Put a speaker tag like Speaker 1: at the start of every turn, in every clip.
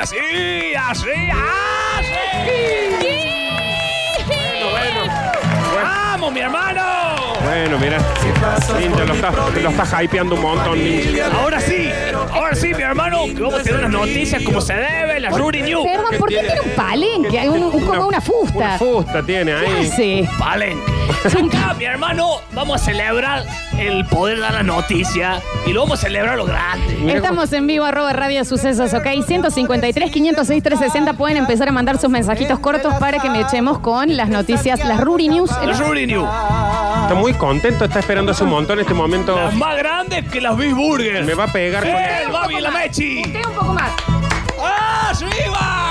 Speaker 1: así, así, así. Bueno, bueno. ¡Vamos, mi hermano!
Speaker 2: Bueno, mira. Ninja lo está, lo está hypeando un montón, Ninja.
Speaker 1: Ahora sí, ahora sí, mi hermano, que vamos a tener las noticias como se debe, las Rudy News.
Speaker 3: Perdón, ¿por qué tiene un palenque? Hay un, un- como una
Speaker 2: Una
Speaker 3: fusta. Ah,
Speaker 2: fusta tiene
Speaker 3: ¿Qué
Speaker 2: ahí.
Speaker 3: hace?
Speaker 1: Valen. Acá, mi hermano, vamos a celebrar el poder dar la noticia y lo vamos a celebrar lo grande.
Speaker 2: Mira cómo-
Speaker 3: Estamos en vivo, arroba Radio Sucesos, ¿ok? 153, 506, 360. Pueden empezar a mandar sus mensajitos cortos para que me echemos con las noticias, las Ruri News.
Speaker 1: Las Rudy News,
Speaker 2: Está muy contento, está esperando hace un montón este momento.
Speaker 1: las más grandes que las Big Burgers.
Speaker 2: Me va a pegar con
Speaker 1: ¡Eh,
Speaker 2: esto.
Speaker 1: Babi la Mechi!
Speaker 3: Usted un poco más.
Speaker 1: ¡Ah, arriba!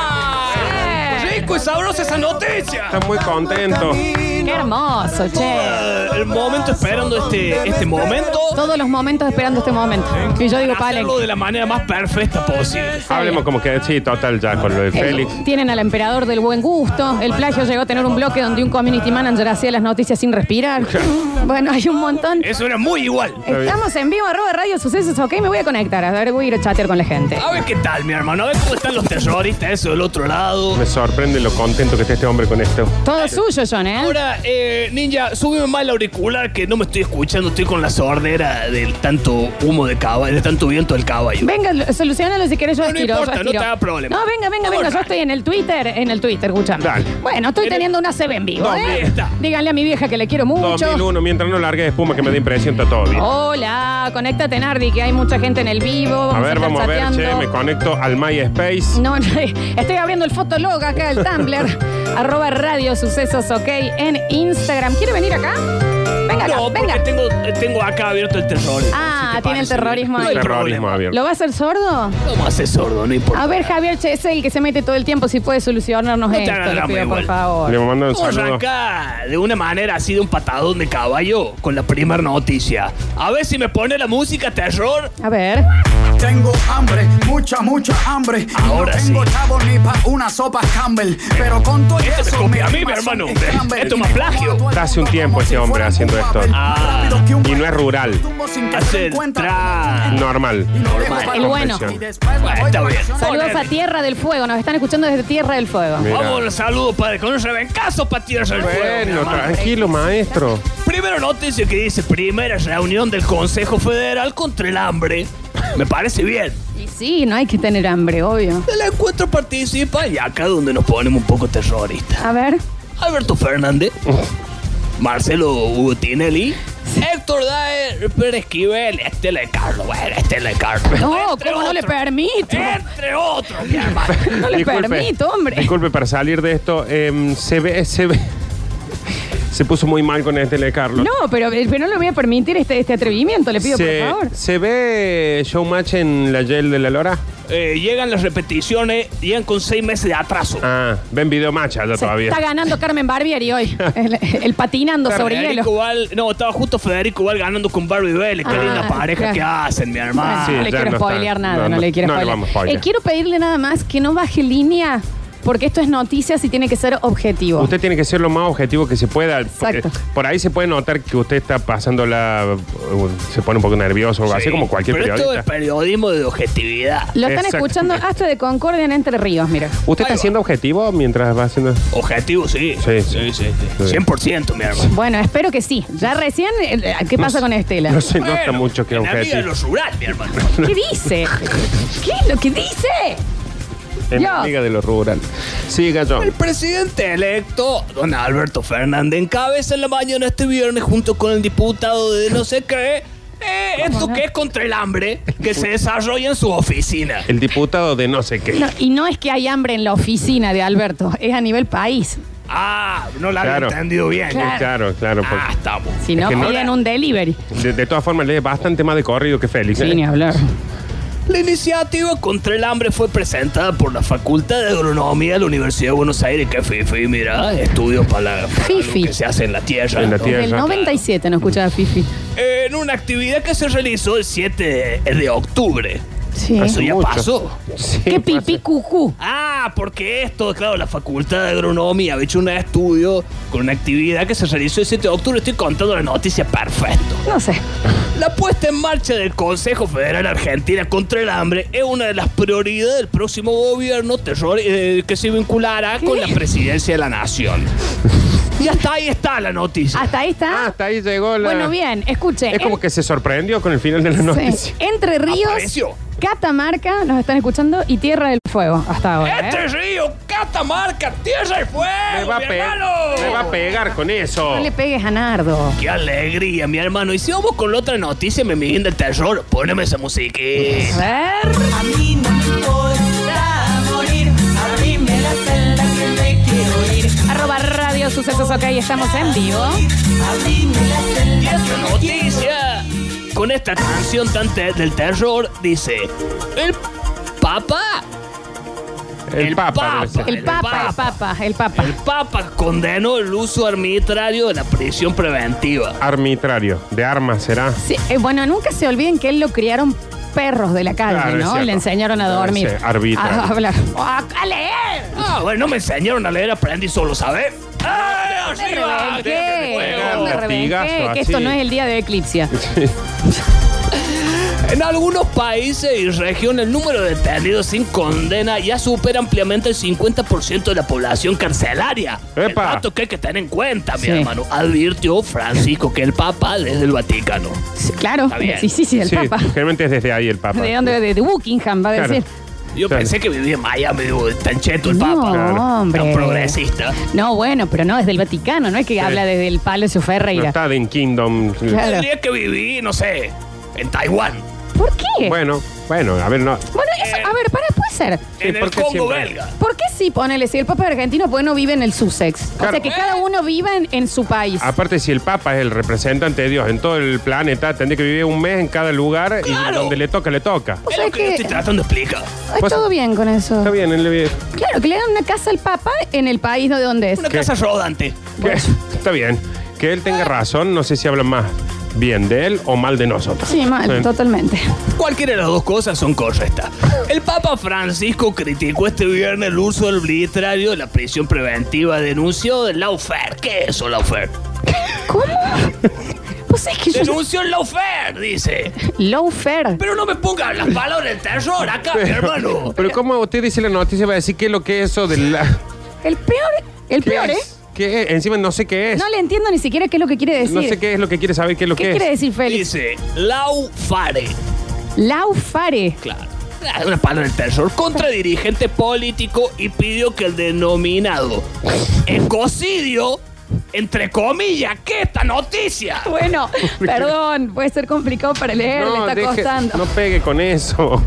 Speaker 3: Sí.
Speaker 1: ¡Rico y sabrosa esa noticia!
Speaker 2: Está muy contento.
Speaker 3: Qué hermoso, che.
Speaker 1: Eh, el momento esperando este, este momento.
Speaker 3: Todos los momentos esperando este momento. Y yo digo,
Speaker 1: para hacerlo
Speaker 3: palenque.
Speaker 1: de la manera más perfecta posible.
Speaker 2: Hablemos como que sí, total, ya con lo de Félix.
Speaker 3: Eh, Tienen al emperador del buen gusto. El plagio llegó a tener un bloque donde un community manager hacía las noticias sin respirar. Bueno, hay un montón.
Speaker 1: Eso era muy igual.
Speaker 2: bien.
Speaker 3: Estamos en vivo, arroba Radio Sucesos, ok. Me voy a conectar. A ver, voy a ir a chatear con la gente.
Speaker 1: A ver qué tal, mi hermano. A ver cómo están los terroristas, eso del otro lado.
Speaker 2: Me sorprende lo contento que está este hombre con esto.
Speaker 3: Todo suyo, John, ¿eh?
Speaker 1: Ahora, eh, ninja, súbeme más el auricular que no me estoy escuchando. Estoy con la sordera del tanto humo de caballo, de tanto viento del caballo.
Speaker 3: Venga, lo- solucionalo si querés, yo
Speaker 1: No, no
Speaker 3: estiro. yo
Speaker 1: importa, no
Speaker 3: estiro.
Speaker 1: te haga problema.
Speaker 3: No, venga, venga,
Speaker 1: No,
Speaker 3: venga, yo
Speaker 1: dale.
Speaker 3: estoy en el Twitter, en el Twitter, escúchame.
Speaker 2: Dale.
Speaker 3: Bueno, estoy teniendo una CB en vivo,
Speaker 1: ¿Dónde
Speaker 3: ¿eh?
Speaker 1: está?
Speaker 3: Díganle a mi vieja que le quiero mucho. Oh,
Speaker 2: 2001, mientras no largue espuma que me da impresión, está todo bien.
Speaker 3: Hola, conéctate, Nardi, que hay mucha gente en el vivo.
Speaker 2: A ver,
Speaker 3: estar
Speaker 2: vamos a ver, che,
Speaker 3: chateando.
Speaker 2: me conecto al MySpace.
Speaker 3: No, no, estoy abriendo el fotolog acá, el Tumblr. arroba Radio Sucesos, ok, en Instagram. ¿Quiere venir acá? Venga, acá,
Speaker 1: no, porque
Speaker 3: venga.
Speaker 1: tengo, tengo acá abierto el terrorismo.
Speaker 3: Ah,
Speaker 1: si te
Speaker 3: tiene el
Speaker 1: parece.
Speaker 3: terrorismo
Speaker 1: No
Speaker 3: ahí.
Speaker 1: hay
Speaker 2: Terrorismo
Speaker 1: problema.
Speaker 2: abierto.
Speaker 3: ¿Lo va a hacer sordo?
Speaker 1: No me haces sordo, no importa.
Speaker 3: A ver, Javier, che, es el que se mete todo el tiempo si puede solucionarnos
Speaker 1: No te hagas
Speaker 3: esto.
Speaker 1: drama
Speaker 3: Le pido, por
Speaker 1: igual.
Speaker 2: Le
Speaker 3: favor.
Speaker 2: mando un
Speaker 1: Vamos
Speaker 2: saludo.
Speaker 1: acá de una manera así de un patadón de caballo con la primera noticia. A ver si me pone la música terror.
Speaker 3: A ver.
Speaker 4: Tengo hambre, mucha, mucha hambre. Y
Speaker 1: Ahora
Speaker 4: no tengo
Speaker 1: sí.
Speaker 4: chavo ni pa' una sopa Campbell. Pero con todo
Speaker 1: Esto es
Speaker 4: eso
Speaker 1: copia a
Speaker 4: me
Speaker 1: mí, mi
Speaker 4: pasa
Speaker 1: hermano.
Speaker 4: un Campbell.
Speaker 1: Esto es más plagio.
Speaker 2: Está hace un tiempo este hombre haciendo esto.
Speaker 1: Ah,
Speaker 2: y no es rural.
Speaker 1: Hace el tra-
Speaker 2: Normal.
Speaker 3: El bueno.
Speaker 1: Bueno, está bien.
Speaker 3: Saludos a
Speaker 1: Ponele.
Speaker 3: Tierra del Fuego. Nos están escuchando desde Tierra del Fuego.
Speaker 2: Mira.
Speaker 1: Vamos, los saludos para con un rebencazo para tirarse al fuego. mi
Speaker 2: Bueno,
Speaker 1: hermano.
Speaker 2: tranquilo, maestro.
Speaker 1: Primera noticia que dice: primera reunión del Consejo Federal contra el hambre. Me parece bien.
Speaker 3: Y sí, no hay que tener hambre, obvio.
Speaker 1: El encuentro participa y acá donde nos ponemos un poco terroristas.
Speaker 3: A ver.
Speaker 1: Alberto Fernández, Marcelo Hugo Tinelli, Héctor Daer, Pérez Esquivel, este le Carlos, bueno, este le Carlos.
Speaker 3: No,
Speaker 1: Entre
Speaker 3: ¿cómo no le
Speaker 1: otros.
Speaker 3: permito?
Speaker 1: Entre otros, mi hermano.
Speaker 3: No le permito, hombre.
Speaker 2: Disculpe, para salir de esto, em, se ve, se ve. Se puso muy mal con este de Carlos.
Speaker 3: No, pero, eh, pero no le voy a permitir este, este atrevimiento. Le pido,
Speaker 2: se,
Speaker 3: por favor.
Speaker 2: ¿Se ve Showmatch en la Yale de la Lora?
Speaker 1: Eh, llegan las repeticiones, llegan con seis meses de atraso.
Speaker 2: Ah, ven video match allá
Speaker 3: Se
Speaker 2: todavía.
Speaker 3: está ganando Carmen Barbieri hoy. El, el patinando sobre
Speaker 1: Federico
Speaker 3: hielo.
Speaker 1: Val- no, estaba justo Federico Igual ganando con Barbie Vélez. Qué
Speaker 3: Ah,
Speaker 1: linda pareja
Speaker 3: claro.
Speaker 1: que hacen, mi hermano.
Speaker 2: Sí,
Speaker 3: Ah, no le
Speaker 2: ya
Speaker 3: quiero
Speaker 2: no está.
Speaker 3: spoilear nada,
Speaker 2: No,
Speaker 3: no,
Speaker 2: no,
Speaker 3: le quiero
Speaker 2: no le
Speaker 3: spoilear.
Speaker 2: vamos a spoilear.
Speaker 3: Eh, quiero pedirle nada más que no baje línea, porque esto es noticias y tiene que ser objetivo.
Speaker 2: Usted tiene que ser lo más objetivo que se pueda. porque
Speaker 3: Exacto.
Speaker 2: Por ahí se puede notar que usted está pasando la. Se pone un poco nervioso, así
Speaker 1: Sí.
Speaker 2: como cualquier
Speaker 1: Pero esto
Speaker 2: periodista.
Speaker 1: es periodismo de objetividad.
Speaker 3: Lo están
Speaker 2: Exacto.
Speaker 3: escuchando hasta de Concordia en Entre Ríos, mira.
Speaker 2: ¿Usted
Speaker 1: Ahí
Speaker 2: está
Speaker 1: va.
Speaker 2: siendo objetivo mientras va haciendo.?
Speaker 1: Objetivo, sí.
Speaker 2: Sí, sí.
Speaker 1: sí, sí,
Speaker 2: Sí.
Speaker 1: sí. 100%, mi hermano.
Speaker 3: Bueno, espero que sí. Ya recién, eh, ¿qué pasa con Estela?
Speaker 2: No se nota
Speaker 1: Bueno,
Speaker 2: mucho que es
Speaker 1: la vida de
Speaker 2: objetivo.
Speaker 1: lo rural, mi hermano.
Speaker 3: ¿Qué dice? ¿Qué es lo que dice?
Speaker 2: En la
Speaker 3: Dios.
Speaker 2: liga de lo rural. Siga yo.
Speaker 1: El presidente electo, don Alberto Fernández, encabeza en la mañana este viernes junto con el diputado de no sé qué. eh, esto
Speaker 3: no?
Speaker 1: que es contra el hambre que se desarrolla en su oficina.
Speaker 2: El diputado de no sé qué.
Speaker 3: No, y no es que hay hambre en la oficina de Alberto, es a nivel país.
Speaker 1: Ah, no la
Speaker 2: Claro.
Speaker 1: había entendido bien.
Speaker 3: Claro.
Speaker 2: Claro, claro.
Speaker 1: Ah,
Speaker 2: porque-
Speaker 1: estamos.
Speaker 3: Si no,
Speaker 2: que no-
Speaker 3: piden un delivery.
Speaker 2: de, de todas formas, lee bastante más de corrido que Félix. ¿eh?
Speaker 3: Sí, ni hablar.
Speaker 1: La iniciativa contra el hambre fue presentada por la Facultad de Agronomía de la Universidad de Buenos Aires, que Fifi, mira, estudios para la para
Speaker 3: Fifi.
Speaker 1: lo que se hace en la tierra.
Speaker 2: En la
Speaker 1: ¿no? Eh,
Speaker 2: tierra.
Speaker 3: Del 97 no escuchaba Fifi.
Speaker 1: En una actividad que se realizó el 7 de, de octubre.
Speaker 3: Sí.
Speaker 1: Eso ya
Speaker 2: Mucho.
Speaker 1: pasó.
Speaker 2: Ah, Sí,
Speaker 3: Qué
Speaker 2: pasa.
Speaker 3: pipí cucú.
Speaker 1: Ah, porque esto, claro, la Facultad de Agronomía había hecho un estudio con una actividad que se realizó el 7 de octubre. Estoy contando la noticia perfecto.
Speaker 3: No sé.
Speaker 1: La puesta en marcha del Consejo Federal Argentina contra el Hambre es una de las prioridades del próximo gobierno terror- eh, que se vinculará con la presidencia de la nación. Y hasta ahí está la noticia.
Speaker 3: Hasta ahí
Speaker 2: Ah,
Speaker 3: está.
Speaker 2: hasta ahí llegó la.
Speaker 3: Bueno, bien, escuche.
Speaker 2: Es como
Speaker 3: en-
Speaker 2: que se sorprendió con el final de la
Speaker 3: sí.
Speaker 2: noticia.
Speaker 3: Entre Ríos,
Speaker 1: Apareció.
Speaker 3: Catamarca, nos están escuchando, y Tierra del Fuego, hasta ahora.
Speaker 1: Este
Speaker 3: ¿eh?
Speaker 1: río, Catamarca, Tierra y Fuego,
Speaker 2: Me va, a
Speaker 1: mi
Speaker 2: pe-
Speaker 1: hermano.
Speaker 2: me va a pegar con eso.
Speaker 3: No le pegues a Nardo.
Speaker 1: Qué alegría, mi hermano. Y si vamos con la otra noticia, me miguen del terror, poneme esa musiquita.
Speaker 3: A ver.
Speaker 5: A mí no me importa morir, abrime la celda que me quiero ir.
Speaker 3: Arroba Radio Sucesos OK, estamos en vivo.
Speaker 5: Abrime la celda que me quiero ir.
Speaker 1: Noticia. Con esta canción tan te- del terror, dice: El Papa.
Speaker 2: El, Papa. debe ser.
Speaker 3: El
Speaker 1: El
Speaker 3: Papa, el Papa, el Papa.
Speaker 1: El Papa condenó el uso arbitrario de la prisión preventiva.
Speaker 2: Arbitrario. De armas será.
Speaker 3: Sí, eh, bueno, nunca se olviden que él lo criaron perros de la calle,
Speaker 2: Claro, es
Speaker 3: ¿no?
Speaker 2: cierto.
Speaker 3: Le enseñaron a
Speaker 2: Claro,
Speaker 3: dormir.
Speaker 2: sí, arbitrario.
Speaker 3: A hablar. A, a leer.
Speaker 1: Ah, bueno, me enseñaron a leer, aprendí solo, ¿sabes? ¡Ah,
Speaker 3: Me
Speaker 1: arriba!
Speaker 3: revenqué,
Speaker 1: ¡Fuego!
Speaker 3: me
Speaker 2: Castigazo,
Speaker 3: revenqué, que
Speaker 2: así.
Speaker 3: esto no es el día de eclipse.
Speaker 1: En algunos países y regiones el número de detenidos sin condena ya supera ampliamente el 50% de la población carcelaria. El
Speaker 2: ¡Epa!
Speaker 1: dato que hay que tener en cuenta, mi
Speaker 3: Sí.
Speaker 1: hermano, advirtió Francisco que el Papa desde el Vaticano.
Speaker 3: Sí, claro,
Speaker 1: Está bien.
Speaker 3: sí, sí, sí, el
Speaker 2: Sí,
Speaker 3: Papa.
Speaker 2: Generalmente es desde ahí el Papa.
Speaker 3: ¿De dónde? De, de Buckingham, va a
Speaker 2: Claro.
Speaker 3: decir.
Speaker 1: Yo
Speaker 2: Claro.
Speaker 1: pensé que vivía en Miami, digo, tan cheto el
Speaker 3: No,
Speaker 1: Papa.
Speaker 3: hombre.
Speaker 1: Tan progresista.
Speaker 3: No, bueno, pero no, desde el Vaticano, no es que habla desde el Palacio
Speaker 2: No
Speaker 3: Ferreira.
Speaker 2: está de In Kingdom.
Speaker 3: Claro.
Speaker 1: Tendría que vivir, no sé, en Taiwán.
Speaker 3: ¿Por qué? Bueno,
Speaker 2: Bueno, bueno, a ver, no.
Speaker 3: eso, a ver, para, puede ser.
Speaker 2: Sí,
Speaker 1: en el
Speaker 2: porque
Speaker 1: Congo
Speaker 2: siempre-
Speaker 1: belga.
Speaker 3: ¿Por qué sí, ponele, si el Papa es argentino, pues no vive en el Sussex? O
Speaker 2: Claro. Ah,
Speaker 3: sea, que cada uno viva en, en su país.
Speaker 2: Aparte, si el Papa es el representante de Dios en todo el planeta, tendría que vivir un mes en cada lugar y
Speaker 1: Claro.
Speaker 2: donde le toca, le toca.
Speaker 3: O
Speaker 1: Es
Speaker 3: sea
Speaker 1: lo que, yo
Speaker 3: que-
Speaker 1: estoy tratando de explicar.
Speaker 3: Ay,
Speaker 2: Pues-
Speaker 3: todo bien con eso.
Speaker 2: Está bien, él le-
Speaker 3: Claro, que le dan una casa al Papa en el país de donde es.
Speaker 1: Una
Speaker 2: ¿Qué?
Speaker 1: casa rodante.
Speaker 2: que-
Speaker 3: Pues-
Speaker 2: está bien. Que él tenga razón, no sé si hablan más bien de él o mal de nosotros.
Speaker 3: Sí, mal,
Speaker 2: Bien.
Speaker 3: totalmente.
Speaker 1: Cualquiera de las dos cosas son correctas. El Papa Francisco criticó este viernes el uso del arbitrario de la prisión preventiva. Denunció el Laufer. ¿Qué es eso, Laufer?
Speaker 3: ¿Cómo? Pues es que yo...
Speaker 1: Denunció el Laufer, dice.
Speaker 3: Low fare.
Speaker 1: Pero no me pongan las palabras del terror acá, mi hermano.
Speaker 2: Pero como usted dice la noticia, va a decir que lo que es eso de la...
Speaker 3: El peor, el
Speaker 2: ¿Qué
Speaker 3: peor, ¿eh?
Speaker 2: es? ¿Qué es? Encima no sé qué es.
Speaker 3: No le entiendo ni siquiera qué es lo que quiere decir.
Speaker 2: No sé qué es lo que quiere saber, qué es lo
Speaker 3: ¿Qué
Speaker 2: que es.
Speaker 3: quiere decir Félix?
Speaker 1: Dice Laufare.
Speaker 3: Laufare.
Speaker 1: Claro. Ah, Una palabra del terror. Contra dirigente político y pidió que el denominado ecocidio, entre comillas, ¿qué es esta noticia?
Speaker 3: Bueno, perdón, puede ser complicado para leer, le está
Speaker 2: deje-
Speaker 3: costando.
Speaker 2: no pegue con eso.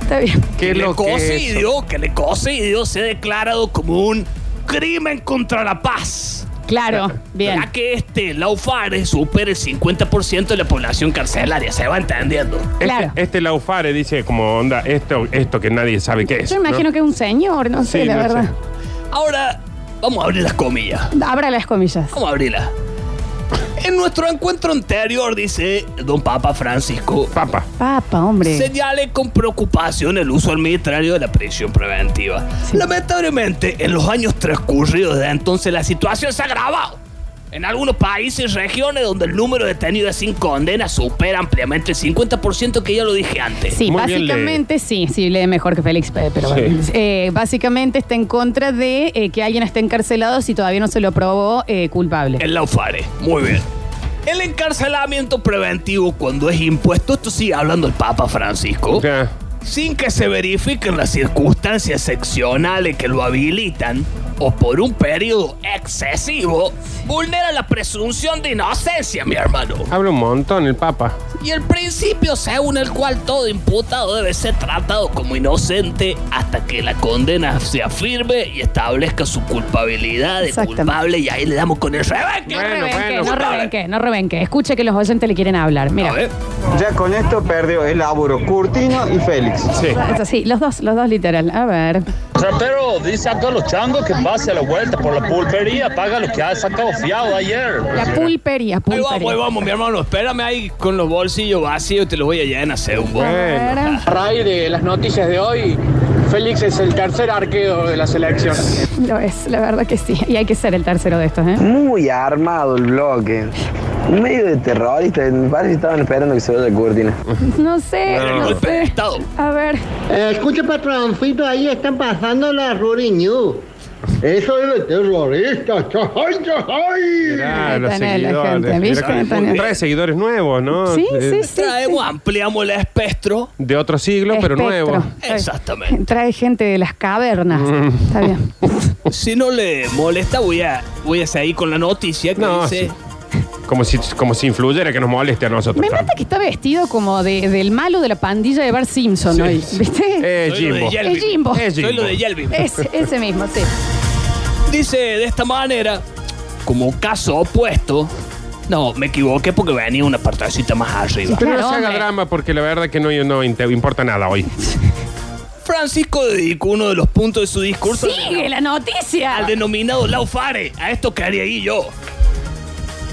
Speaker 3: Está bien.
Speaker 2: ¿Qué es
Speaker 1: el
Speaker 2: lo que es eso?
Speaker 1: ecocidio, que el ecocidio se ha declarado como un crimen contra la paz.
Speaker 3: Claro, bien.
Speaker 1: Ya que este Laufare supera el 50% de la población carcelaria, se va entendiendo.
Speaker 2: Este,
Speaker 3: Claro.
Speaker 2: este Laufare dice como onda, esto, esto que nadie sabe qué es.
Speaker 3: Yo imagino
Speaker 2: ¿no?
Speaker 3: que es un señor, no sé,
Speaker 2: Sí,
Speaker 3: la
Speaker 2: no sé.
Speaker 3: verdad.
Speaker 1: Ahora, vamos a abrir las comillas.
Speaker 3: Abra las comillas.
Speaker 1: Vamos a abrirlas. En nuestro encuentro anterior, dice don Papa Francisco,
Speaker 2: Papa.
Speaker 3: Papa, hombre.
Speaker 1: Señale con preocupación el uso arbitrario de la prisión preventiva.
Speaker 3: Sí.
Speaker 1: Lamentablemente, en los años transcurridos desde entonces, la situación se ha agravado. En algunos países y regiones donde el número de detenidos sin condena supera ampliamente el 50%, que ya lo dije antes.
Speaker 3: Sí,
Speaker 2: Muy bien
Speaker 3: básicamente sí, sí, lee mejor que Félix, eh, pero
Speaker 2: Sí.
Speaker 3: bueno. Eh, básicamente está en contra de eh, que alguien esté encarcelado si todavía no se lo probó eh, culpable.
Speaker 1: El Laufare. Muy bien. El encarcelamiento preventivo cuando es impuesto, esto sigue hablando el Papa Francisco,
Speaker 2: Ya.
Speaker 1: sin que se verifiquen las circunstancias seccionales que lo habilitan o por un periodo excesivo, vulnera la presunción de inocencia, mi hermano.
Speaker 2: Habla un montón el Papa.
Speaker 1: Y el principio según el cual todo imputado debe ser tratado como inocente hasta que la condena se afirme y establezca su culpabilidad de
Speaker 3: Exactamente.
Speaker 1: culpable y ahí le damos con el rebeque.
Speaker 3: No
Speaker 2: Bueno,
Speaker 3: rebenque, no
Speaker 2: bueno.
Speaker 3: rebenque, no rebenque. Escuche que los oyentes le quieren hablar.
Speaker 1: A
Speaker 3: Mira,
Speaker 1: ver.
Speaker 6: Ya con esto perdió el laburo Curtino y Félix.
Speaker 2: Sí.
Speaker 3: Eso sí, los dos, los dos literal. A ver.
Speaker 6: Trapero, dice acá a los changos que pase a la vuelta por la pulpería, paga lo que ha sacado fiado ayer.
Speaker 3: La pulpería,
Speaker 1: Ahí vamos, ahí
Speaker 3: pulpería.
Speaker 1: vamos, mi hermano. Espérame ahí con los bolsillos vacíos, te los voy a llenar, según vos.
Speaker 3: A ver.
Speaker 7: A raíz de las noticias de hoy, Félix es el tercer arqueo de la selección.
Speaker 3: Lo es, la verdad que sí. Y hay que ser el tercero de estos, ¿eh?
Speaker 8: Muy armado el bloque. Medio de terrorista, me parece que estaban esperando que se vaya Curtina.
Speaker 3: No sé,
Speaker 1: Era el
Speaker 3: no
Speaker 1: golpe de
Speaker 3: sé.
Speaker 1: estado.
Speaker 3: A ver.
Speaker 9: Escuche, patroncito, ahí están pasando la Ruri News. Eso es de terrorista. ¡Ay,
Speaker 2: Mirá,
Speaker 3: Ahí
Speaker 2: los
Speaker 3: tenés la gente,
Speaker 2: seguidores.
Speaker 3: ¿viste?
Speaker 2: Mirá
Speaker 3: Ahí
Speaker 2: que-
Speaker 3: tenés.
Speaker 2: trae seguidores nuevos, ¿no?
Speaker 3: Sí,
Speaker 2: Eh,
Speaker 3: sí, sí.
Speaker 1: Traemos, ampliamos el espectro.
Speaker 2: De otro siglo, pero
Speaker 3: Espectro.
Speaker 2: nuevo.
Speaker 3: Está
Speaker 1: Exactamente.
Speaker 3: bien. Trae gente de las cavernas. Está bien.
Speaker 1: Si no le molesta, voy a, voy a seguir con la noticia que
Speaker 2: No,
Speaker 1: dice.
Speaker 2: Como si, como si influyera que nos moleste a nosotros.
Speaker 3: Me
Speaker 2: Fran.
Speaker 3: mata que está vestido como de- del malo de la pandilla de Bar Simpson
Speaker 2: Sí.
Speaker 3: hoy. ¿Viste?
Speaker 2: Eh,
Speaker 1: Soy lo de
Speaker 2: Jimbo.
Speaker 1: Yelvin.
Speaker 3: es Jimbo.
Speaker 2: Es
Speaker 1: Soy lo
Speaker 2: Jimbo.
Speaker 1: de Yelvin.
Speaker 3: Ese, ese mismo, sí.
Speaker 1: Dice de esta manera, como caso opuesto. No, me equivoqué porque venía una partecita más arriba.
Speaker 2: Pero
Speaker 3: Claro,
Speaker 2: no se haga
Speaker 3: hombre.
Speaker 2: drama porque la verdad que no, no inter- importa nada hoy.
Speaker 1: Francisco dedicó uno de los puntos de su discurso
Speaker 3: Sigue la noticia.
Speaker 1: al denominado Laufare, a esto que haría ahí yo.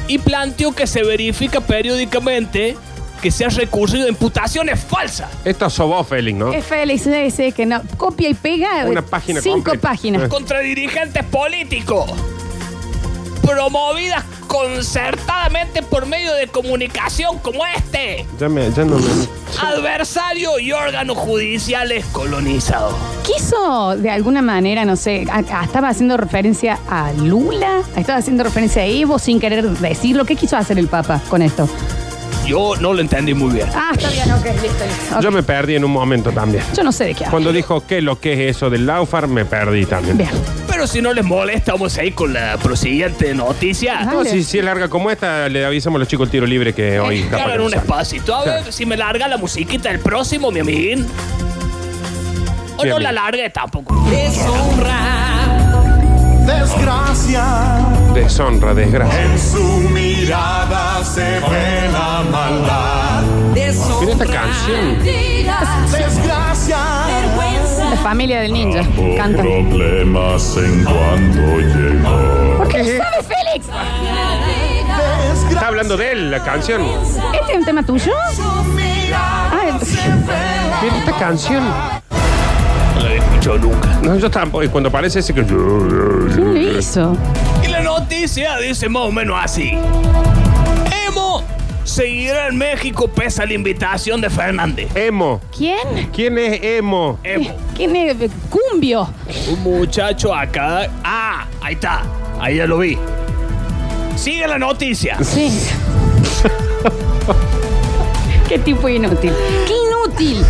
Speaker 1: Y planteó que se verifica periódicamente que se ha recurrido a imputaciones falsas.
Speaker 2: Esto es vos, Félix, ¿no?
Speaker 3: Es Félix dice que no. Copia y pega.
Speaker 2: Una página
Speaker 3: Cinco
Speaker 2: completa.
Speaker 3: páginas.
Speaker 1: contra dirigentes políticos promovidas concertadamente por medio de comunicación como este,
Speaker 2: Ya, me, ya no me...
Speaker 1: adversario y órganos judiciales colonizados.
Speaker 3: Quiso de alguna manera, no sé, a- a- estaba haciendo referencia a Lula, estaba haciendo referencia a Evo sin querer decirlo. ¿Qué quiso hacer el Papa con esto?
Speaker 1: Yo no lo entendí muy bien.
Speaker 3: Ah, está bien, ok, listo, listo. Ok.
Speaker 2: Yo me perdí en un momento también.
Speaker 3: Yo no sé de qué hablo.
Speaker 2: Cuando dijo que lo que es eso del Laufar, me perdí también.
Speaker 3: Bien.
Speaker 1: Pero si no les molesta, vamos a ir con la prosiguiente noticia.
Speaker 3: Ajá.
Speaker 2: No,
Speaker 3: Dale.
Speaker 2: si, si es larga como esta, le avisamos a los chicos el tiro libre que hoy capaz que
Speaker 1: Eh, Claro, en
Speaker 2: no
Speaker 1: un
Speaker 2: sale.
Speaker 1: espacito. A ver si me larga la musiquita del próximo, mi amiguín. O
Speaker 2: Bien,
Speaker 1: no
Speaker 2: bien.
Speaker 1: la largue tampoco.
Speaker 5: deshonra,
Speaker 10: Desgracia,
Speaker 2: Deshonra, desgracia.
Speaker 10: en su mirada se ve la maldad.
Speaker 5: deshonra.
Speaker 2: Mira esta canción.
Speaker 10: Desgracia,
Speaker 3: La familia del ninja. Canta.
Speaker 10: problemas en cuanto llegó.
Speaker 3: ¿Por qué no sabe Félix?
Speaker 2: Está hablando de él, la canción.
Speaker 3: ¿Este es un tema tuyo? Ah,
Speaker 2: Mira esta canción.
Speaker 1: No la escucho nunca.
Speaker 2: No, yo tampoco. Y cuando aparece ese que.
Speaker 3: ¿quién lo hizo?
Speaker 1: Y la noticia dice más o menos así. Emo seguirá en México pese a la invitación de Fernández.
Speaker 2: Emo.
Speaker 3: ¿Quién?
Speaker 2: ¿Quién es Emo?
Speaker 1: Emo,
Speaker 3: ¿Quién es? Cumbio.
Speaker 1: un muchacho acá... Ah, ahí está. Ahí ya lo vi. Sigue la noticia.
Speaker 3: Sí. Qué tipo inútil. ¡Qué inútil!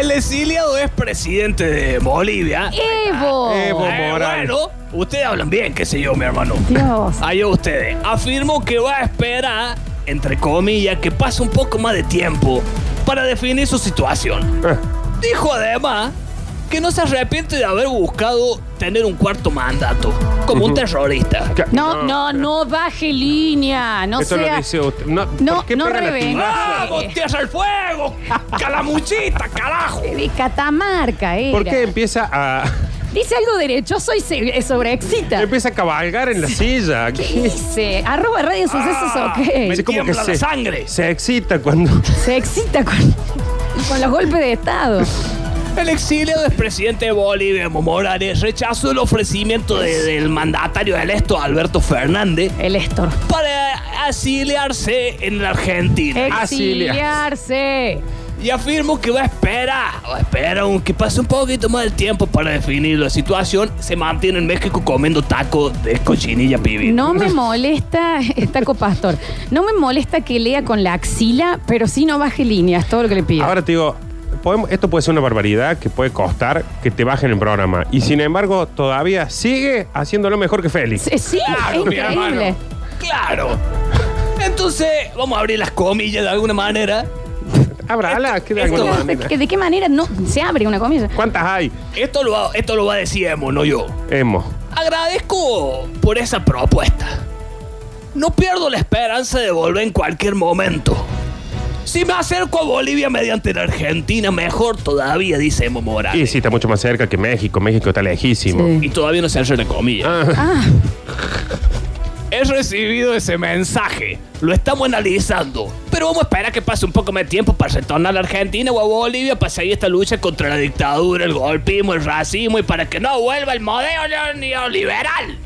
Speaker 1: El exiliado es presidente de Bolivia.
Speaker 3: ¡Evo!
Speaker 2: Evo.
Speaker 1: Eh,
Speaker 2: Morales.
Speaker 1: bueno, ustedes hablan bien, qué sé yo, mi hermano.
Speaker 3: Dios.
Speaker 1: Ahí ustedes. Afirmo que va a esperar, entre comillas, que pase un poco más de tiempo para definir su situación.
Speaker 2: Ah,
Speaker 1: Dijo además que no se arrepiente de haber buscado tener un cuarto mandato, como un terrorista.
Speaker 2: ca-
Speaker 3: No, no, no baje línea. No
Speaker 2: Esto lo
Speaker 3: sea.
Speaker 2: dice usted. No,
Speaker 3: No,
Speaker 2: ¿por qué
Speaker 3: no
Speaker 2: pega
Speaker 3: revés.
Speaker 2: latigazo?
Speaker 1: ¡Vamos, tierra al fuego! ¡Calamuchita, carajo!
Speaker 3: eh, De Catamarca, eh.
Speaker 2: ¿Por qué empieza a,
Speaker 3: Dice algo derechoso y se eh, sobreexcita.
Speaker 2: empieza a cabalgar en la silla?
Speaker 3: ¿Qué dice? Arroba radio sucesos,
Speaker 2: Ah.
Speaker 3: ok.
Speaker 1: me
Speaker 2: Dice como que
Speaker 1: tiembla la
Speaker 2: se,
Speaker 1: sangre.
Speaker 2: se excita cuando.
Speaker 3: Se excita con, con los golpes de Estado.
Speaker 1: El exilio del presidente de Bolivia, Evo Morales, rechazó el ofrecimiento de- del mandatario electo, Alberto Fernández,
Speaker 3: El Estor.
Speaker 1: para asiliarse en la Argentina.
Speaker 2: Ah,
Speaker 3: Exiliarse.
Speaker 1: Y afirmo que va a esperar, va a esperar aunque pase un poquito más el tiempo para definir la situación. Se mantiene en México comiendo tacos de cochinilla pibil.
Speaker 3: No me molesta, Taco Pastor, no me molesta que lea con la axila, pero sí no baje líneas, todo lo que le pido.
Speaker 2: Ahora te digo, podemos- esto puede ser una barbaridad que puede costar que te bajen el programa. Y sin embargo, todavía sigue haciéndolo mejor que Félix.
Speaker 3: sí, Eh, sí,
Speaker 1: Claro,
Speaker 3: es
Speaker 1: mi hermano.
Speaker 3: increíble.
Speaker 1: Claro. Entonces, vamos a abrir las comillas de alguna manera.
Speaker 2: Ábrala, que de
Speaker 1: esto-
Speaker 2: alguna
Speaker 1: Bueno,
Speaker 3: ¿De,
Speaker 2: manera.
Speaker 3: que- de qué manera no se abre una comida?
Speaker 2: ¿Cuántas hay?
Speaker 1: Esto lo va, esto lo va a decir Emo, no yo.
Speaker 2: Emo.
Speaker 1: Agradezco por esa propuesta. No pierdo la esperanza de volver en cualquier momento. Si me acerco a Bolivia mediante la Argentina, mejor todavía, dice Emo Morales.
Speaker 2: Y sí, está mucho más cerca que México. México está lejísimo.
Speaker 3: Sí.
Speaker 1: Y todavía no se hace la comida.
Speaker 3: Ah,
Speaker 1: He recibido ese mensaje. Lo estamos analizando. Pero vamos a esperar que pase un poco más de tiempo para retornar a la Argentina o a Bolivia para seguir esta lucha contra la dictadura, el golpismo, el racismo y para que no vuelva el modelo neoliberal.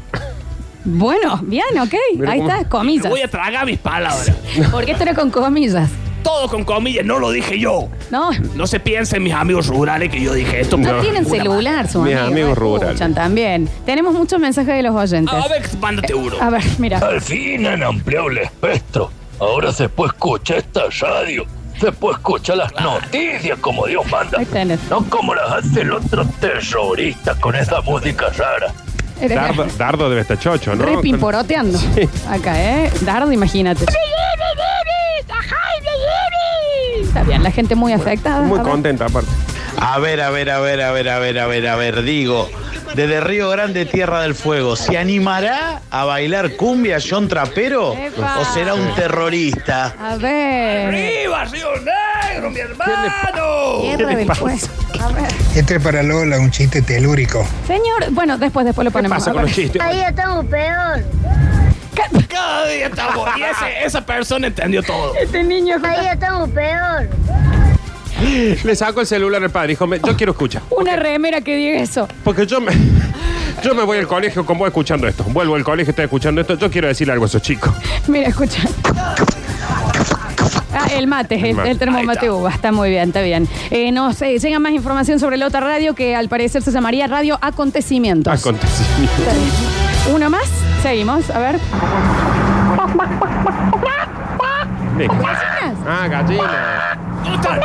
Speaker 3: bueno, bien, ok.
Speaker 2: Mira
Speaker 3: Ahí
Speaker 2: cómo-
Speaker 3: está,
Speaker 1: Me
Speaker 3: comillas.
Speaker 1: voy a tragar mis palabras.
Speaker 3: Porque esto era con comillas.
Speaker 1: Todo con comillas, no lo dije yo.
Speaker 3: No,
Speaker 1: No se piensen mis amigos rurales que yo dije esto.
Speaker 3: no,
Speaker 1: pero-
Speaker 3: tienen
Speaker 1: Una
Speaker 3: celular, su
Speaker 2: Mis
Speaker 3: amigo.
Speaker 2: amigos rurales.
Speaker 3: Escuchan también. Tenemos muchos mensajes de los oyentes.
Speaker 1: madre. A ver, mándate uno.
Speaker 3: A ver, mira.
Speaker 11: Al fin han ampliado el espectro. Ahora se puede escuchar esta radio. Se puede escuchar las noticias como Dios manda.
Speaker 3: Ahí tenés.
Speaker 11: No como las hace el otro terrorista con esa música rara.
Speaker 3: Era-
Speaker 2: Dardo, Dardo debe estar chocho, ¿no?
Speaker 3: Re pimporoteando. Acá, ¿eh? Dardo, imagínate. Está bien, la gente muy afectada.
Speaker 2: Muy
Speaker 3: A ver.
Speaker 2: contenta, aparte.
Speaker 12: A ver, a ver, a ver, a ver, a ver, a ver, a ver, digo, desde Río Grande, Tierra del Fuego, ¿se animará a bailar cumbia John Trapero?
Speaker 3: Epa.
Speaker 12: ¿O será un terrorista?
Speaker 3: A ver.
Speaker 1: ¡Arriba, Río Negro, mi hermano!
Speaker 3: Tierra del Fuego. A ver.
Speaker 13: Este es para Lola, un chiste telúrico.
Speaker 3: Señor, bueno, después, después lo
Speaker 2: ¿Qué
Speaker 3: ponemos.
Speaker 2: pasa
Speaker 3: A
Speaker 2: con
Speaker 3: ver.
Speaker 2: los chistes?
Speaker 14: estamos peor.
Speaker 1: Cada día estamos. Y ese- esa persona entendió todo.
Speaker 3: Este niño
Speaker 14: Ahí estamos peor.
Speaker 2: Le saco el celular al padre. Dijo, me- yo quiero escuchar.
Speaker 3: Una remera que diga eso.
Speaker 2: Porque yo me, yo me voy al colegio con vos escuchando esto. Vuelvo al colegio, estoy escuchando esto. Yo quiero decir algo a esos chicos.
Speaker 3: Mira, escucha. Ah, el mate, el,
Speaker 2: mate.
Speaker 3: el termo mate uva. Está muy bien, está bien. Eh, no sé, llega más información sobre la otra radio que al parecer se llamaría Radio Acontecimientos.
Speaker 2: Acontecimiento.
Speaker 3: Está bien. Una más, seguimos, a ver.
Speaker 2: Me-
Speaker 3: ¿Gallinas?
Speaker 2: Ah, gallina.
Speaker 1: ¿Dónde están?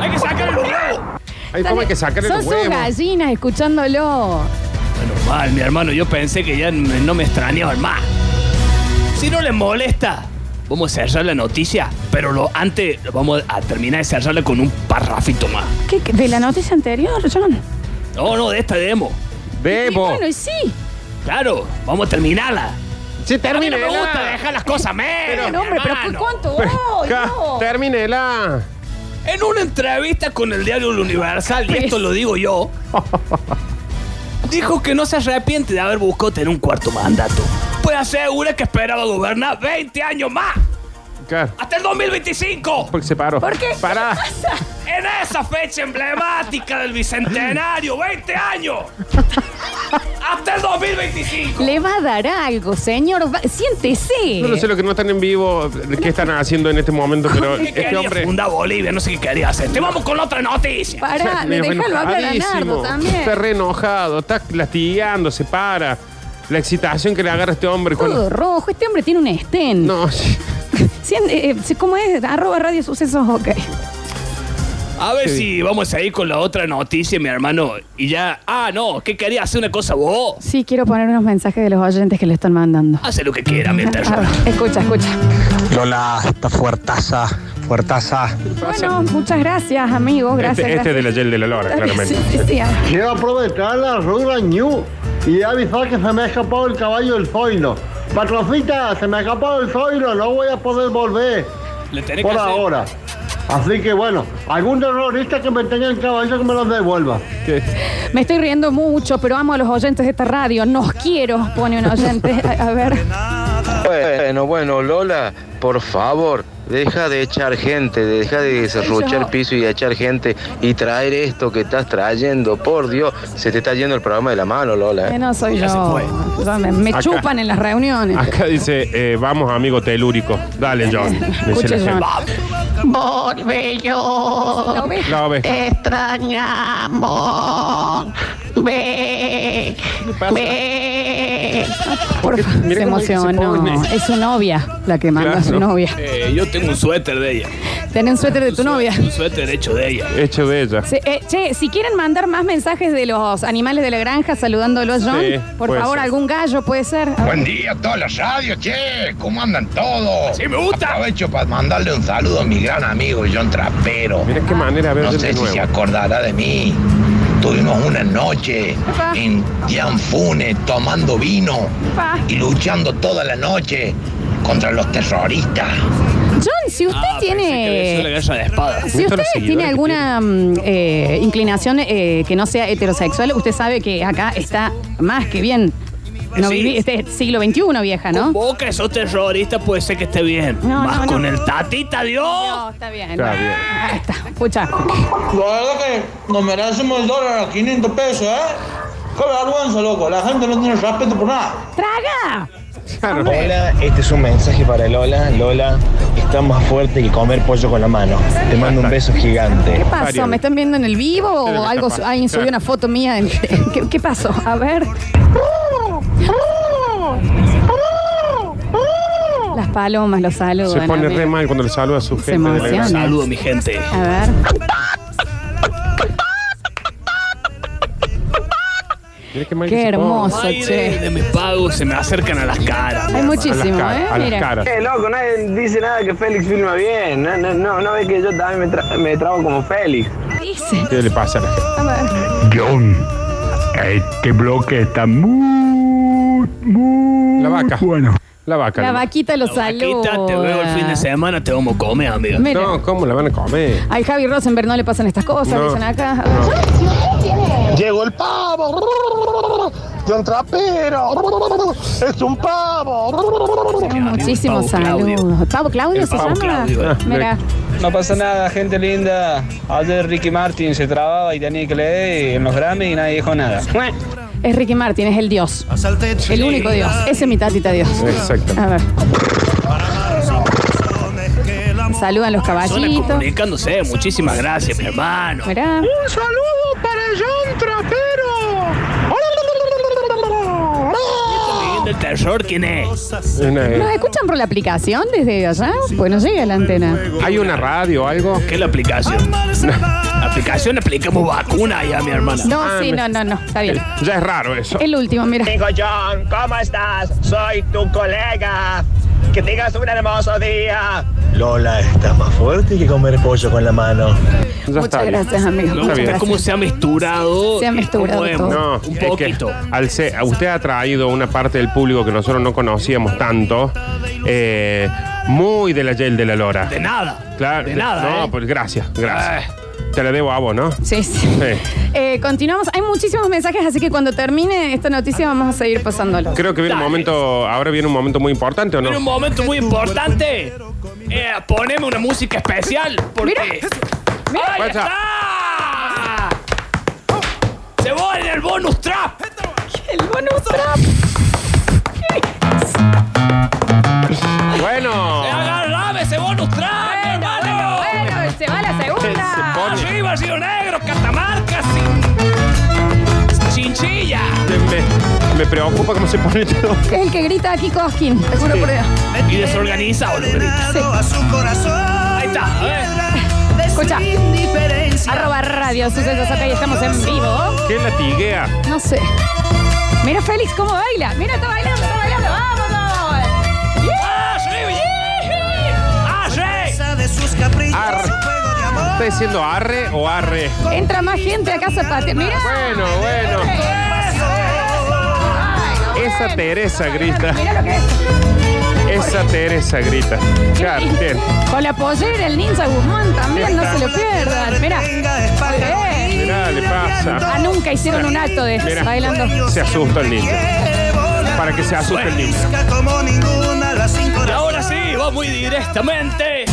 Speaker 1: Hay que sacar el huevo.
Speaker 2: Ay, ¿Cómo hay que sacar el
Speaker 3: Son sus
Speaker 2: huevo?
Speaker 3: gallinas escuchándolo.
Speaker 1: Menos mal, mi hermano, yo pensé que ya me- no me extrañaban más. Si no les molesta, vamos a cerrar la noticia, pero lo antes vamos a terminar de cerrarla con un parrafito más.
Speaker 3: ¿Qué, qué- de la noticia anterior, John?
Speaker 1: No, no, de esta demo.
Speaker 3: Y
Speaker 2: Debo.
Speaker 3: bueno, y sí.
Speaker 1: Claro, vamos a terminarla.
Speaker 2: Sí,
Speaker 1: A mí no
Speaker 2: termínela.
Speaker 1: me gusta dejar las cosas menos.
Speaker 3: no, hombre, pero ¿por cuánto? Oh, no.
Speaker 2: Termínela.
Speaker 1: En una entrevista con el diario El Universal, y esto lo digo yo, dijo que no se arrepiente de haber buscado tener un cuarto mandato. Pues asegura que esperaba gobernar 20 años más,
Speaker 2: Claro.
Speaker 1: hasta el 2025.
Speaker 2: Porque se paró.
Speaker 3: ¿Por qué?
Speaker 2: Pará.
Speaker 3: ¿Qué pasa?
Speaker 1: En esa fecha emblemática del bicentenario, 20 años. Hasta el 2025.
Speaker 3: Le va a dar algo, señor. Va- siéntese.
Speaker 2: Yo no sé lo que no están en vivo, de qué están haciendo en este momento, pero
Speaker 1: ¿Qué
Speaker 2: este
Speaker 1: quería
Speaker 2: hombre.
Speaker 1: fundar Bolivia? No sé qué quería hacer. Te vamos con otra noticia.
Speaker 3: Pará,
Speaker 2: Me-
Speaker 3: déjalo hablar a Nardo
Speaker 2: enojadísimo.
Speaker 3: también.
Speaker 2: Está re enojado, está lastigando, se para. La excitación que le agarra este hombre
Speaker 3: Todo
Speaker 2: cuando.
Speaker 3: rojo, este hombre tiene un estén.
Speaker 2: No, este, sí.
Speaker 3: Cien- eh, eh, ¿Cómo es? Arroba Radio Sucesos, ok.
Speaker 1: A ver si vamos a ir con la otra noticia, mi hermano. Y ya. Ah, no. ¿Qué quería hacer una cosa vos?
Speaker 3: Sí, quiero poner unos mensajes de los oyentes que le están mandando.
Speaker 1: Hace lo que quiera, mi
Speaker 3: A
Speaker 1: terror.
Speaker 3: ver, escucha, escucha.
Speaker 15: Lola, está fuertaza, fuertaza.
Speaker 3: Bueno, muchas gracias, amigos. Gracias.
Speaker 2: este, este
Speaker 3: gracias.
Speaker 2: de la gel de la lora, claramente.
Speaker 3: Sí, sí, sí, ah.
Speaker 9: Quiero aprovechar la ruda New y avisar que se me ha escapado el caballo del zoilo. Patrofita, se me ha escapado el zoilo, no voy a poder volver
Speaker 1: Le tenés
Speaker 9: por
Speaker 1: que hacer-
Speaker 9: ahora. Así que bueno, algún terrorista que me tenga el caballo que me lo devuelva.
Speaker 3: Me estoy riendo mucho, pero amo a los oyentes de esta radio. Nos quiero, pone un oyente. A, a ver.
Speaker 16: Bueno, bueno, Lola, por favor, deja de echar gente, deja de
Speaker 3: Yo-
Speaker 16: desarruchar piso y echar gente y traer esto que estás trayendo. Por Dios, se te está yendo el programa de la mano, Lola.
Speaker 3: que
Speaker 16: ¿eh?
Speaker 3: no soy
Speaker 16: Ya
Speaker 3: yo. Yo me me
Speaker 2: Acá.
Speaker 3: chupan en las reuniones.
Speaker 2: Acá dice, eh, vamos, amigo telúrico. Dale, John. Dice
Speaker 3: Escucha,
Speaker 2: la gente.
Speaker 3: John.
Speaker 17: Volvello,
Speaker 2: La oveja.
Speaker 3: Eh.
Speaker 17: te extrañamos. Ve, ve.
Speaker 3: Por favor, se
Speaker 2: Mira cómo se
Speaker 3: emocionó.
Speaker 2: pone.
Speaker 3: Es su novia la que manda a su
Speaker 2: Claro.
Speaker 3: novia.
Speaker 1: Eh, yo tengo un suéter de ella.
Speaker 3: Tenés un suéter de tu novia.
Speaker 1: Un suéter hecho de ella.
Speaker 2: Hecho de ella.
Speaker 3: Se- eh, che, si quieren mandar más mensajes de los animales de la granja saludándolo a John,
Speaker 2: Sí,
Speaker 3: por
Speaker 2: puede
Speaker 3: favor,
Speaker 2: ser.
Speaker 3: algún gallo puede ser. A ver.
Speaker 18: Buen día a todas las radios, che, ¿cómo andan
Speaker 9: Oh.
Speaker 18: todos?
Speaker 1: Sí, me gusta.
Speaker 9: Ah,
Speaker 18: Aprovecho para mandarle un saludo a mi gran amigo John Trapero.
Speaker 2: Mira qué manera, a ver,
Speaker 18: No
Speaker 2: de
Speaker 18: sé si
Speaker 2: nuevo.
Speaker 18: se acordará de mí. Tuvimos una noche
Speaker 3: Papá.
Speaker 18: en Tianfune tomando vino
Speaker 3: Papá.
Speaker 18: y luchando toda la noche contra los terroristas.
Speaker 3: John, si usted
Speaker 1: Ah,
Speaker 3: tiene. Si
Speaker 1: ¿Viste
Speaker 3: usted
Speaker 1: los
Speaker 3: tiene
Speaker 1: seguidores que
Speaker 3: alguna mm, eh, inclinación eh, que no sea heterosexual, usted sabe que acá está más que bien. No
Speaker 1: Sí. Oh.
Speaker 3: viví- este es siglo XXI, vieja, ¿no?
Speaker 1: Boca, sos terrorista, puede ser que esté bien.
Speaker 3: No,
Speaker 1: Más
Speaker 3: no,
Speaker 1: con
Speaker 3: no.
Speaker 1: el tatita, Dios.
Speaker 3: No, está bien.
Speaker 1: Está bien.
Speaker 3: Ahí está, escucha.
Speaker 19: La verdad que nos merecemos el dólar a 500 pesos, ¿eh? Qué vergüenza, loco. La gente no tiene respeto por nada.
Speaker 3: ¡Traga!
Speaker 20: Lola, este es un mensaje para Lola. Lola, está más fuerte que comer pollo con la mano. Te mando un beso gigante.
Speaker 3: ¿Qué pasó? ¿Me están viendo en el vivo
Speaker 20: Sí,
Speaker 3: o
Speaker 20: me
Speaker 3: algo?
Speaker 20: está
Speaker 3: Alguien subió una foto mía. en- ¿Qué, qué pasó? A ver. Las palomas lo saludan.
Speaker 2: Se pone
Speaker 3: amigo.
Speaker 2: re mal cuando le saluda a su
Speaker 3: Se
Speaker 2: gente. de la
Speaker 3: emociona.
Speaker 2: granja.
Speaker 3: Saludo, mi
Speaker 1: gente.
Speaker 3: A ver.
Speaker 2: Mira qué mal
Speaker 3: Qué
Speaker 2: que se pone.
Speaker 3: hermoso,
Speaker 1: Aire
Speaker 3: che.
Speaker 1: de mis pagos se me acercan a las caras.
Speaker 3: Hay muchísimo,
Speaker 1: A las caras,
Speaker 3: ¿eh?
Speaker 1: a las caras.
Speaker 8: Eh, loco, nadie dice nada que Félix filma bien. No, no, no, no ve que yo también me, tra- me trabo como Félix.
Speaker 3: Dice.
Speaker 2: ¿Qué le pasa a la gente?
Speaker 3: A ver.
Speaker 21: John, este bloque está muy, muy
Speaker 2: La vaca.
Speaker 21: bueno.
Speaker 2: La vaca.
Speaker 3: La
Speaker 2: nomás.
Speaker 3: vaquita lo
Speaker 1: Vaquita, te veo el fin
Speaker 3: saluda.
Speaker 1: de semana, te vamos a comer, amiga.
Speaker 3: Mira. No,
Speaker 2: ¿cómo la van a comer?
Speaker 3: Al Javi Rosenberg no le pasan estas cosas,
Speaker 1: No.
Speaker 3: dicen acá. A
Speaker 1: No.
Speaker 3: ver.
Speaker 22: Llegó el pavo. John Trapero. Es un pavo.
Speaker 3: Muchísimos
Speaker 22: Pavo Claudio.
Speaker 3: saludos. ¿Pavo Claudio se llama?
Speaker 1: Ah,
Speaker 3: Mira.
Speaker 23: No pasa nada, gente linda. Ayer Ricky Martin se trababa y tenía que leer en los Grammy y nadie dijo nada.
Speaker 3: Es Ricky Martin, es el dios. El único dios. Ese es mi tatita dios.
Speaker 2: Exactamente.
Speaker 3: A ver. Saludan los caballitos.
Speaker 1: comunicándose. Muchísimas gracias, mi hermano.
Speaker 3: Mirá.
Speaker 22: Un saludo para John Trapero.
Speaker 1: ¿El terror quién es?
Speaker 2: eh,
Speaker 3: ¿Nos escuchan por la aplicación desde allá? Pues no llega la antena.
Speaker 2: ¿Hay una radio o algo?
Speaker 1: ¿Qué es la aplicación? La aplicación aplicamos vacuna ya, mi hermana.
Speaker 3: No, sí, no, no, no. Está bien.
Speaker 2: Ya es raro eso.
Speaker 3: El último, mira.
Speaker 22: Digo John, ¿cómo estás? Soy tu colega. Que tengas un hermoso día.
Speaker 20: Lola, está más fuerte que comer pollo con la mano.
Speaker 3: Muchas gracias, amigo.
Speaker 2: Está
Speaker 3: Muchas
Speaker 2: bien.
Speaker 3: gracias.
Speaker 1: ¿Cómo se ha misturado?
Speaker 3: Se ha misturado
Speaker 1: ¿Cómo hemos?
Speaker 3: todo.
Speaker 2: No,
Speaker 1: un
Speaker 2: es que
Speaker 1: poquito.
Speaker 2: al ser- a usted ha traído una parte del público que nosotros no conocíamos tanto, eh, muy de la Yel de la Lora.
Speaker 1: De nada.
Speaker 2: Claro,
Speaker 1: de nada,
Speaker 2: No,
Speaker 1: ¿eh?
Speaker 2: pues gracias, gracias. Te la debo a vos, ¿no?
Speaker 3: Sí, sí. Eh, continuamos. Hay muchísimos mensajes, así que cuando termine esta noticia vamos a seguir pasándolo.
Speaker 2: Creo que viene un momento, ahora viene un momento muy importante, ¿o no?
Speaker 1: Viene un momento muy importante. Eh, poneme una música especial. Porque... ¡Ahí está! ¡Se va en el bonus trap!
Speaker 3: El bonus trap.
Speaker 2: Bueno.
Speaker 1: ¡Agarrame ese bonus trap, hermano!
Speaker 3: Bueno, se va la segunda.
Speaker 1: ¡Arriba, Río Negro, Catamarca, sin... Chinchilla!
Speaker 2: Me, me preocupa cómo se pone todo.
Speaker 3: Es el que grita aquí Cosquín. Te juro por Dios.
Speaker 1: Y desorganiza, boludo.
Speaker 5: a su corazón.
Speaker 1: Ahí está, a ver.
Speaker 3: Escucha. Arroba radio sucesos acá y estamos en vivo.
Speaker 2: ¿Qué latiguea?
Speaker 3: No sé. Mira Félix cómo baila. Mira, está bailando, está bailando. ¡Vámonos!
Speaker 1: ¡Ah,
Speaker 5: de sus caprichos,
Speaker 2: Arre. ¿Está diciendo arre o arre?
Speaker 3: Entra más gente acá a zapatear. Mira.
Speaker 2: Bueno, bueno. Esa Teresa grita.
Speaker 3: Mira lo que es.
Speaker 2: Esa Teresa grita. Claro, bien.
Speaker 3: Con la pollera, el ninja Guzmán también, no se lo pierdan. Mira.
Speaker 2: Mirá, le pasa.
Speaker 3: Ah, nunca hicieron un acto de
Speaker 2: Mira,
Speaker 3: bailando.
Speaker 2: Se asusta el niño. Para que se asuste el niño.
Speaker 5: como ninguna, las cinco
Speaker 1: Y ahora sí, va muy directamente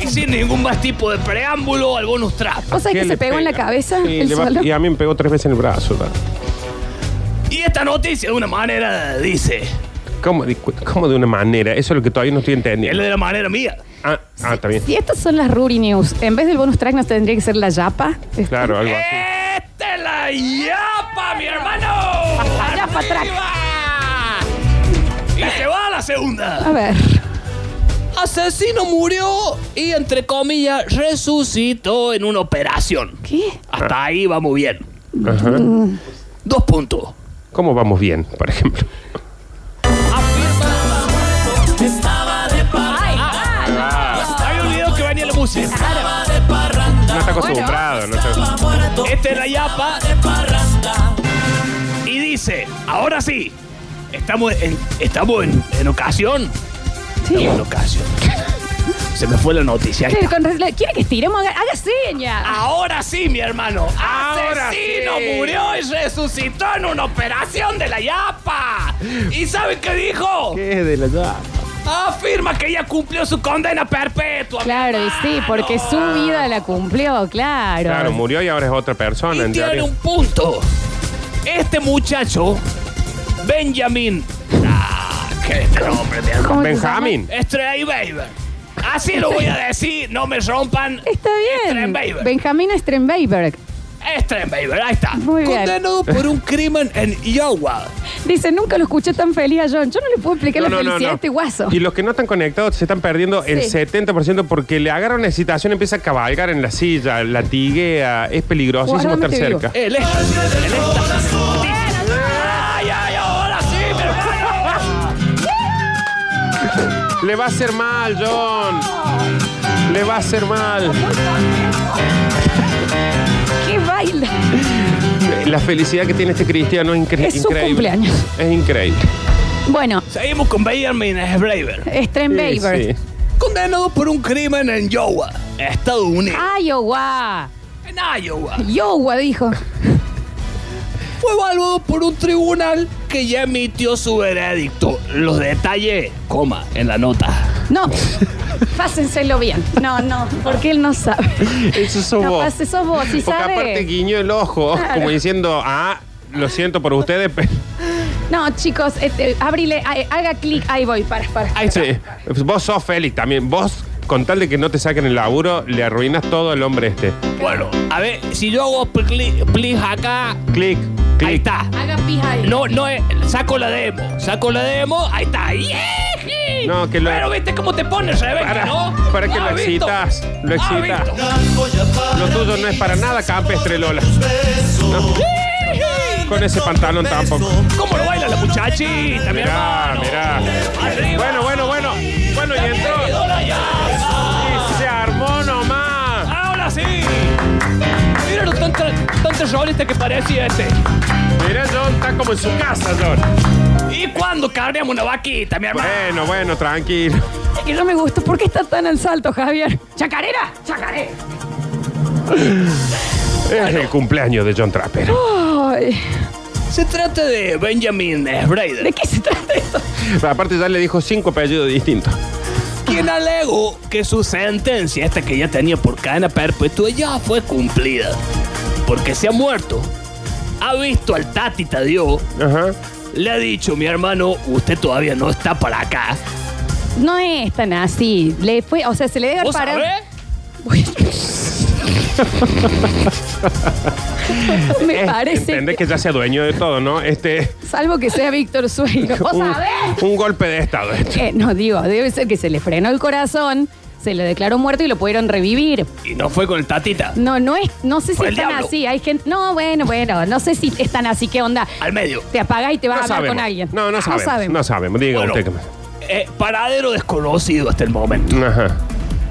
Speaker 1: y sin ningún más tipo de preámbulo al bonus trap.
Speaker 3: ¿Vos sabés que se pegó en la cabeza?
Speaker 2: Sí,
Speaker 3: el
Speaker 2: le va-
Speaker 3: solo?
Speaker 2: y a mí me pegó tres veces en el brazo. ¿verdad?
Speaker 1: Y esta noticia de una manera dice,
Speaker 2: ¿Cómo, de- cómo de una manera? Eso es lo que todavía no estoy
Speaker 1: es
Speaker 2: entendiendo.
Speaker 1: de la manera mía.
Speaker 2: Ah, ah, está bien.
Speaker 3: Si estas son las Ruri News, en vez del bonus track nos tendría que ser la yapa.
Speaker 2: Claro, algo
Speaker 3: Eh.
Speaker 2: así.
Speaker 1: ¡Te la yapa, mi hermano!
Speaker 3: Allá para atrás.
Speaker 1: Y se va a la segunda.
Speaker 3: A ver.
Speaker 1: Asesino murió y, entre comillas, resucitó en una operación.
Speaker 3: ¿Qué?
Speaker 1: Hasta ahí vamos bien.
Speaker 2: Ajá.
Speaker 1: Dos puntos.
Speaker 2: ¿Cómo vamos bien, por ejemplo?
Speaker 5: Estaba de
Speaker 1: Había olvidado que venía la música.
Speaker 2: No está acostumbrado. No está...
Speaker 1: Este es la yapa. Y dice, ahora sí, estamos en, estamos en, en ocasión. Estamos en ocasión. Se me fue la noticia. Ahí
Speaker 3: Pero
Speaker 1: está.
Speaker 3: con re- ¿Quiere que estiremos? Haga, haga seña.
Speaker 1: Ahora sí, mi hermano.
Speaker 5: Ahora
Speaker 1: Asesino
Speaker 5: sí.
Speaker 1: murió y resucitó en una operación de la Yapa. ¿Y saben qué dijo?
Speaker 12: ¿Qué es de la llave?
Speaker 1: Afirma que ella cumplió su condena perpetua.
Speaker 3: Claro, y sí, porque su vida la cumplió, claro.
Speaker 2: Ah, Claro, murió y ahora es otra persona. en
Speaker 1: Tiene
Speaker 2: teoría.
Speaker 1: un punto. Este muchacho, Benjamin. Ah, qué nombre de
Speaker 2: ¿Cómo se llama? Benjamín.
Speaker 1: Baber. Así lo voy a decir, no me rompan.
Speaker 3: Está bien.
Speaker 1: Strenbaber.
Speaker 3: Benjamín Strenbeiberg.
Speaker 1: Baber, ahí está.
Speaker 3: Muy bien.
Speaker 1: Condenado por un crimen en Iowa.
Speaker 3: Dice, nunca lo escuché tan feliz a John. Yo no le puedo explicar
Speaker 2: No,
Speaker 3: la
Speaker 2: no, no,
Speaker 3: felicidad
Speaker 2: no.
Speaker 3: de este guaso.
Speaker 2: Y los que no están conectados se están perdiendo el
Speaker 3: Sí.
Speaker 2: 70% porque le agarra una excitación, empieza a cabalgar en la silla, latiguea, es peligrosísimo
Speaker 1: Guardame
Speaker 2: estar
Speaker 1: te digo.
Speaker 2: cerca.
Speaker 1: El éxtasis, el éxtasis. ¡Ay, ay, ahora sí, mi hermano!
Speaker 2: Le va a hacer mal, John. Le va a hacer mal.
Speaker 3: ¿Qué baila?
Speaker 2: La felicidad que tiene este cristiano es, incre-
Speaker 3: Es su
Speaker 2: increíble.
Speaker 3: cumpleaños.
Speaker 2: Es increíble.
Speaker 3: Bueno,
Speaker 1: Seguimos con Benjamin Braver.
Speaker 3: Strenbeiberg.
Speaker 2: Sí, sí.
Speaker 1: Condenado por un crimen en Iowa, Estados Unidos.
Speaker 3: Ah. Iowa.
Speaker 1: En Iowa.
Speaker 3: Iowa dijo.
Speaker 1: Fue evaluado por un tribunal que ya emitió su veredicto. Los detalles, coma, en la nota.
Speaker 3: No, pásenselo bien. No, no, porque él no sabe.
Speaker 2: Eso sos
Speaker 3: Capaz
Speaker 2: vos.
Speaker 3: eso sos vos, sí
Speaker 2: Porque
Speaker 3: sabe.
Speaker 2: aparte guiñó el ojo,
Speaker 3: Claro.
Speaker 2: como diciendo, ah, lo siento por ustedes, pero.
Speaker 3: No, chicos, este, ábrile, ay, haga clic. Ahí voy, para, para.
Speaker 2: Ahí Vos sos Félix también. Vos, con tal de que no te saquen el laburo, le arruinas todo al hombre este.
Speaker 1: Bueno, a ver, si yo hago pli- plis acá,
Speaker 2: Clic, clic.
Speaker 1: ahí está.
Speaker 3: Haga pija ahí.
Speaker 1: No, no es. Saco la demo, saco la demo, ahí está. ¡Yeji!
Speaker 2: No, que lo-
Speaker 1: Pero viste cómo te pones, Rebeca,
Speaker 2: Para-
Speaker 1: ¿no?
Speaker 2: para que
Speaker 1: Ah,
Speaker 2: lo
Speaker 1: visto.
Speaker 2: excitas,
Speaker 1: Ah,
Speaker 2: lo excitas.
Speaker 1: visto.
Speaker 2: Lo tuyo no es para nada campestre, Lola. No. Con ese pantalón tampoco.
Speaker 1: ¿Cómo lo baila la muchachita, mi
Speaker 2: Mirá,
Speaker 1: hermano?
Speaker 2: mirá.
Speaker 1: Arriba.
Speaker 2: Bueno, bueno, bueno. Bueno, y entró.
Speaker 1: ¡Hola, ya!
Speaker 2: Y se armó nomás.
Speaker 1: ¡Ahora sí! Mira lo tan, tan terrorista que parece este.
Speaker 2: Mirá, John está como en su casa, John.
Speaker 1: ¿Y cuándo cargamos una vaquita, mi hermano?
Speaker 2: Bueno, bueno, tranquilo.
Speaker 3: Es que no me gustó. ¿Por qué está tan al salto, Javier? ¿Chacarera? ¡Chacarera!
Speaker 2: Es el cumpleaños de John Trapper.
Speaker 3: Ay,
Speaker 1: Se trata de Benjamin eh, Sbrader,
Speaker 3: ¿De qué se trata esto?
Speaker 2: Ah. Aparte ya le dijo cinco apellidos distintos.
Speaker 1: quien alegó que su sentencia, esta que ya tenía por cadena perpetua, ya fue cumplida. Porque se ha muerto. Ha visto al Tati Tadeo.
Speaker 2: Ajá.
Speaker 1: Le ha dicho, mi hermano, usted todavía no está para acá.
Speaker 3: No es tan así. Le fue, o sea, se le debe
Speaker 1: ¿Vos
Speaker 3: parar.
Speaker 1: sabés?
Speaker 3: Me
Speaker 2: Es-
Speaker 3: parece.
Speaker 2: Eh, Entendés que ya sea dueño de todo, ¿no? Este.
Speaker 3: Salvo que sea Víctor Sueiro. ¿Vos
Speaker 2: un,
Speaker 3: sabés?
Speaker 2: un golpe de estado. este. esto.
Speaker 3: Eh, no, digo, debe ser que se le frenó el corazón, se le declaró muerto y lo pudieron revivir.
Speaker 1: Y no fue con el Tatita.
Speaker 3: No, no es, no sé si
Speaker 1: Fue
Speaker 3: es
Speaker 1: el
Speaker 3: tan
Speaker 1: diablo.
Speaker 3: así. Hay gente. No, bueno, bueno, no sé si es tan así. ¿Qué onda?
Speaker 1: Al medio.
Speaker 3: Te apagás y te vas
Speaker 2: No
Speaker 3: a hablar
Speaker 2: sabemos.
Speaker 3: con alguien. Ah,
Speaker 2: No, no sabemos. No sabemos. Diga
Speaker 1: Bueno.
Speaker 2: usted que me-
Speaker 1: Eh, paradero desconocido hasta el momento.
Speaker 2: Ajá.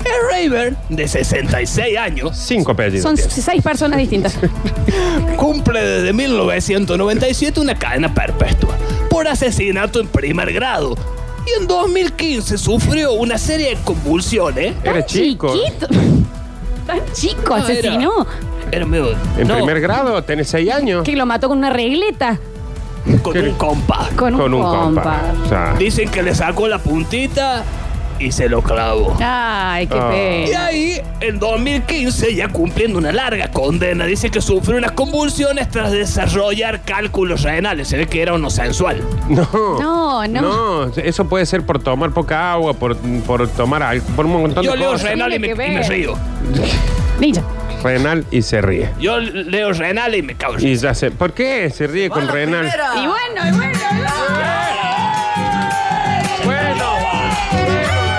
Speaker 1: El Raver, de 66 años,
Speaker 2: Cinco apellidos.
Speaker 3: Son
Speaker 2: tiene.
Speaker 3: seis personas distintas.
Speaker 1: cumple desde 1997 una cadena perpetua por asesinato en primer grado. Y en 2015 sufrió una serie de convulsiones.
Speaker 2: Era chico.
Speaker 3: Chiquito. Tan chico,
Speaker 1: No, era-
Speaker 3: asesinó.
Speaker 1: Era medio.
Speaker 2: En
Speaker 1: no,
Speaker 2: primer grado, tenés seis años.
Speaker 3: Que lo mató con una regleta.
Speaker 1: Con un compa.
Speaker 3: Con un, compa.
Speaker 2: O sea,
Speaker 1: Dicen que le sacó la puntita y se lo clavó.
Speaker 3: Ay, qué
Speaker 2: Ah.
Speaker 1: Y
Speaker 3: pena.
Speaker 1: ahí, en 2015, ya cumpliendo una larga condena, dice que sufrió unas convulsiones tras desarrollar cálculos renales. Se ve que era uno sensual.
Speaker 2: no.
Speaker 3: No, no.
Speaker 2: No, eso puede ser por tomar poca agua, por, por tomar al- por un montón
Speaker 1: Yo
Speaker 2: de
Speaker 1: leo
Speaker 2: cosas.
Speaker 1: renal y me,
Speaker 3: Tiene que
Speaker 1: y me
Speaker 3: ver.
Speaker 1: río.
Speaker 3: Ninja.
Speaker 2: Renal y se ríe.
Speaker 1: Yo leo renal y me cago.
Speaker 2: Y ya sé. ¿Por qué se ríe con renal?
Speaker 3: Y bueno, y bueno, y bueno.
Speaker 2: Bueno,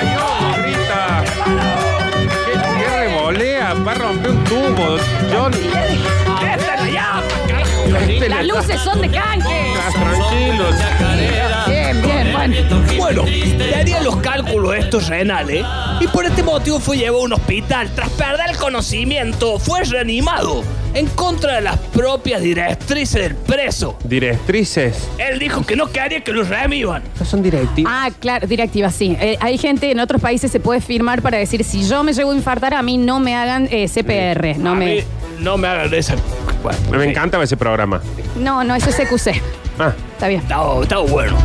Speaker 2: bueno, grita. ¿Qué, qué revolea? Va a romper un tubo. John,
Speaker 1: ¡Esta es la llama, carajo!
Speaker 2: este
Speaker 3: Las
Speaker 2: le-
Speaker 3: luces son de canje.
Speaker 2: Ah, Tranquilo.
Speaker 3: Bien, bien, bueno.
Speaker 1: Bueno, le harían los cálculos estos ¿eh? renales y por este motivo fue llevado a un hospital. Tras perder el conocimiento, fue reanimado en contra de las propias directrices del preso.
Speaker 2: Directrices.
Speaker 1: Él dijo que no quería que los revivan.
Speaker 2: No son directivas.
Speaker 3: Ah, claro, directiva, sí. Eh, hay gente en otros países se puede firmar para decir, si yo me llego a infartar, a mí no me hagan eh, CPR. No
Speaker 1: A
Speaker 3: me...
Speaker 1: mí no me hagan esa. Bueno,
Speaker 2: Me encanta ese programa.
Speaker 3: No, no, eso es CQC.
Speaker 2: Ah.
Speaker 3: Está bien.
Speaker 1: Está, está bueno.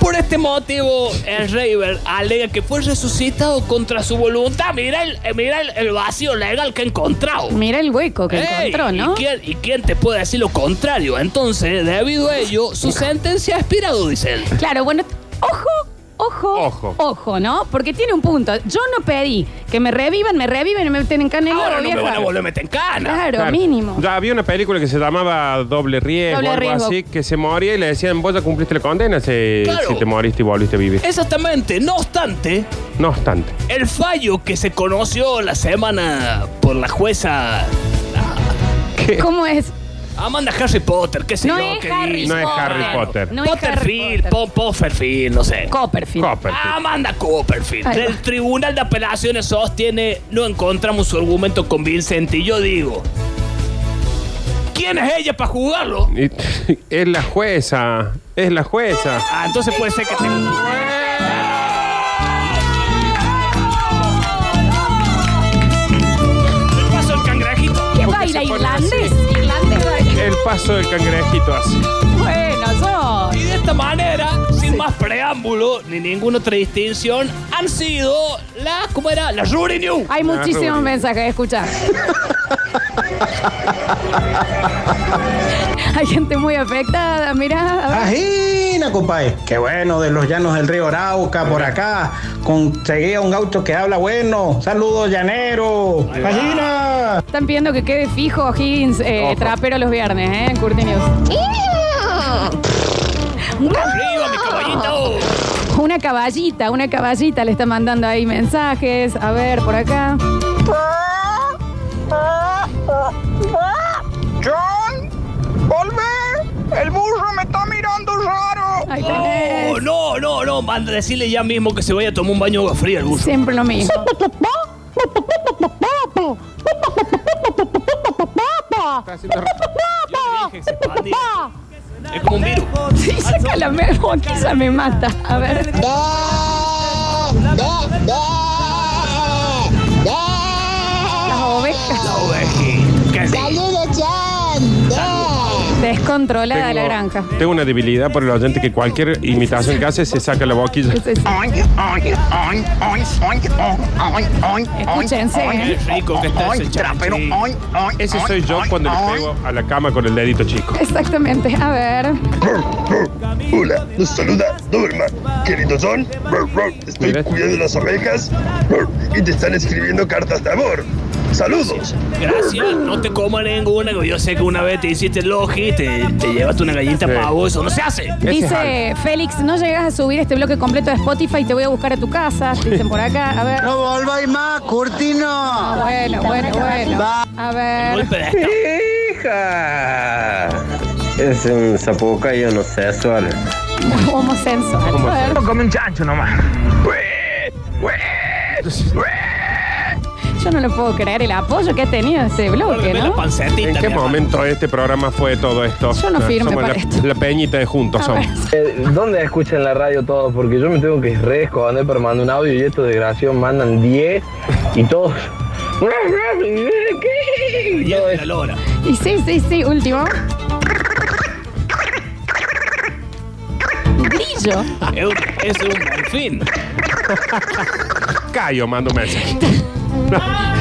Speaker 1: Por este motivo, el Raver alega que fue resucitado contra su voluntad. Mira el, eh, mira el, el vacío legal que ha encontrado.
Speaker 3: Mira el hueco que
Speaker 1: Ey,
Speaker 3: encontró, ¿no?
Speaker 1: ¿y quién, y quién te puede decir lo contrario? Entonces, debido a ello, su sentencia ha expirado, dice él.
Speaker 3: Claro, bueno, ojo, ojo,
Speaker 1: Ojo.
Speaker 3: ojo, ¿no? Porque tiene un punto. Yo no pedí que me revivan, me reviven y me meten en cana y
Speaker 1: Ahora no
Speaker 3: vieja.
Speaker 1: me van a volver a meter en cana.
Speaker 3: Claro,
Speaker 2: Claro.
Speaker 3: mínimo.
Speaker 2: Ya había una película que se llamaba Doble Riesgo,
Speaker 3: Doble
Speaker 2: algo
Speaker 3: Riesgo.
Speaker 2: así, que se moría y le decían, vos ya cumpliste la condena si,
Speaker 1: Claro.
Speaker 2: si te moriste y volviste a vivir.
Speaker 1: Exactamente. No obstante,
Speaker 2: No obstante.
Speaker 1: el fallo que se conoció la semana por la jueza
Speaker 3: ¿Cómo es?
Speaker 1: Amanda Harry Potter, qué sé
Speaker 3: No
Speaker 1: yo.
Speaker 3: es
Speaker 1: qué
Speaker 3: Harry
Speaker 1: dice.
Speaker 2: No es Harry Potter.
Speaker 3: No es Harry
Speaker 1: Potterfield,
Speaker 3: Potter.
Speaker 1: Po- Pofferfield, no sé.
Speaker 3: Copperfield.
Speaker 2: Copperfield.
Speaker 1: Amanda Copperfield.
Speaker 3: Ahí va.
Speaker 1: El Tribunal de Apelaciones sostiene, no encontramos su argumento convincente. Y yo digo, ¿quién es ella para jugarlo?
Speaker 2: Y- es la jueza. Es la jueza.
Speaker 1: Ah, entonces puede ser que te... ¿Qué pasó el cangrejito?
Speaker 3: ¿Qué
Speaker 2: ¿Por qué
Speaker 3: baila
Speaker 2: se pone así?
Speaker 3: irlandés? Irlandés baila.
Speaker 2: El paso del cangrejito así.
Speaker 3: Bueno, yo.
Speaker 1: Y de esta manera, sin más preámbulo ni ninguna otra distinción, han sido las, ¿cómo era? Las Rudy News.
Speaker 3: Hay
Speaker 2: Ah,
Speaker 3: muchísimos
Speaker 2: Rodrigo.
Speaker 3: mensajes, escucha. Hay gente muy afectada, mirá.
Speaker 4: Ajina, compadre. Qué bueno, de los llanos del río Arauca, por acá. Conseguí a un gaucho que habla bueno. Saludos, llanero.
Speaker 1: Ahí va.
Speaker 4: Ajina.
Speaker 3: Están pidiendo que quede fijo Higgins, eh,
Speaker 4: Ojo.
Speaker 3: trapero los viernes, ¿eh? En Curti News. Ah.
Speaker 1: ¡Arriba, mi caballito!
Speaker 3: Una caballita, una caballita le está mandando ahí mensajes. A ver, por acá.
Speaker 5: John, volve, el burro me está mirando raro.
Speaker 3: Ahí
Speaker 1: Oh,
Speaker 3: tenés.
Speaker 1: no, no, no. Manda a decirle ya mismo que se vaya a tomar un baño de agua fría el burro.
Speaker 3: Siempre lo mismo.
Speaker 1: Es como un virus.
Speaker 3: Sí, saca la me- boquilla, me mata. A ver. Las ovejas.
Speaker 5: Saludos, John.
Speaker 3: Descontrolada la granja.
Speaker 2: Tengo una debilidad por el oyente que cualquier imitación que hace se saca la boquilla.
Speaker 3: Sí, sí. Escúchense.
Speaker 1: Qué
Speaker 3: ¿eh?
Speaker 1: rico que está ese trapero.
Speaker 2: Ese soy yo cuando le pego a la cama con el dedito chico.
Speaker 3: Exactamente. A ver.
Speaker 6: Hola, nos saluda Doberman. Querido John, brr, brr, estoy cuidando las ovejas brr, y te están escribiendo cartas de amor. Saludos.
Speaker 1: Gracias, no te coma ninguna. que Yo sé que una vez te hiciste logi, te, te llevaste una gallita pavo, eso no se hace.
Speaker 3: Dice Félix, no llegas a subir este bloque completo de Spotify y te voy a buscar a tu casa. Dicen por acá. A ver.
Speaker 5: No volváis más, Curtino.
Speaker 3: Ah, bueno, bueno, bueno.
Speaker 5: Va.
Speaker 3: A ver.
Speaker 1: Golpe de estado.
Speaker 7: ¡Hija! Es un zapuca y homosexual.
Speaker 3: Homosensual. A ver.
Speaker 7: Come un chancho nomás.
Speaker 3: Yo no lo puedo creer el apoyo que ha tenido este bloque,
Speaker 1: Ve la
Speaker 3: ¿no?
Speaker 1: pancetita,
Speaker 2: ¿En qué
Speaker 1: mi hermano.
Speaker 2: momento de este programa fue todo esto?
Speaker 3: Yo no firme
Speaker 2: Somos
Speaker 3: para
Speaker 2: la,
Speaker 3: esto.
Speaker 2: la peñita de juntos somos.
Speaker 6: Eh, ¿Dónde escuchan la radio todos? Porque yo me tengo que re esconder para mandar un audio y estos desgraciados mandan 10 y todos. ¿Qué?
Speaker 1: Ya de la lora.
Speaker 3: Y sí, sí, sí, último. Grillo.
Speaker 1: Es un, es un buen fin.
Speaker 2: Cayo, mando un mensaje.